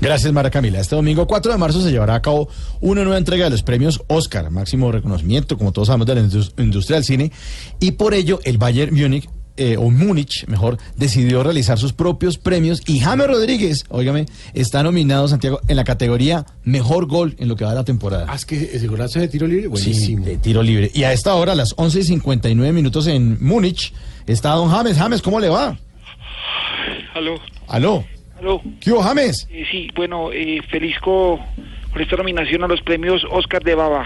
Gracias, Mara Camila. Este domingo 4 de marzo se llevará a cabo una nueva entrega de los premios Oscar, máximo reconocimiento, como todos sabemos, de la indus- industria del cine. Y por ello, el Bayern Múnich, eh, o Múnich, mejor, decidió realizar sus propios premios. Y James Rodríguez, óigame, está nominado, Santiago, en la categoría Mejor Gol en lo que va de la temporada. Ah, es que ese golazo de tiro libre, buenísimo. Sí, de tiro libre. Y a esta hora, a las 11 y 59 minutos en Múnich, está don James. James, ¿cómo le va? Aló, Aló. aló. ¿Qué hubo, James? Eh, sí, bueno, eh, feliz co- con esta nominación a los premios Oscar de Baba,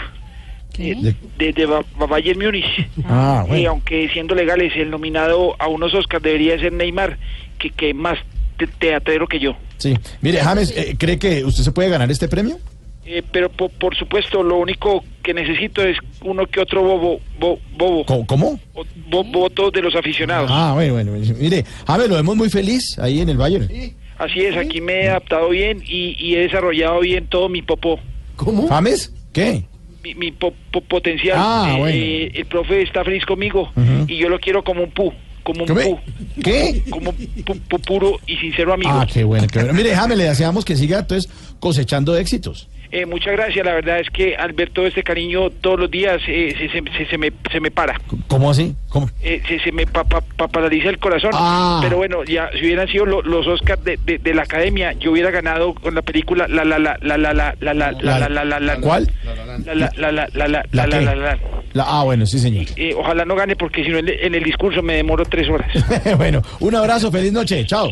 Eh, De- de, de Ba- Ba- Bayern Múnich. Ah, Y bueno. aunque siendo legales, el nominado a unos Oscar debería ser Neymar, que, que es más te- teatrero que yo. Sí. Mire, James, eh, ¿cree que usted se puede ganar este premio? Eh, pero po- por supuesto, lo único que necesito es uno que otro bobo, bo- bobo, ¿Cómo? cómo? o- bo- voto de los aficionados. Ah, bueno, bueno. bueno. Mire, James, lo vemos muy feliz ahí en el Bayern. Así es, aquí me he adaptado bien y, y he desarrollado bien todo mi popó. ¿Cómo? ¿James? ¿Qué? mi, mi po- po- potencial. Ah, bueno. el profe está feliz conmigo y yo lo quiero como un pu, como un ¿Qué? pu, me- ¿Qué? como un pu- pu- puro y sincero amigo. Ah, qué bueno, qué bueno. Mire, James, le deseamos que siga entonces cosechando éxitos. Eh, muchas gracias, la verdad es que al ver todo este cariño todos los días eh, se, se- se- se me, se me para, ¿Cómo así? ¿Cómo? eh, se, se me pa- pa- pa- paraliza el corazón. Ah. Pero bueno, ya si hubieran sido lo- los Oscars de, de- de la academia, yo hubiera ganado con la película la la la la la la la la la la la la la ¿Cuál? la la la la ¿La la la la la qué? la la La- ah, bueno, sí, señor. Eh, ojalá no gane porque si no en, en el discurso me demoro tres horas. bueno, un abrazo, feliz noche. Chao.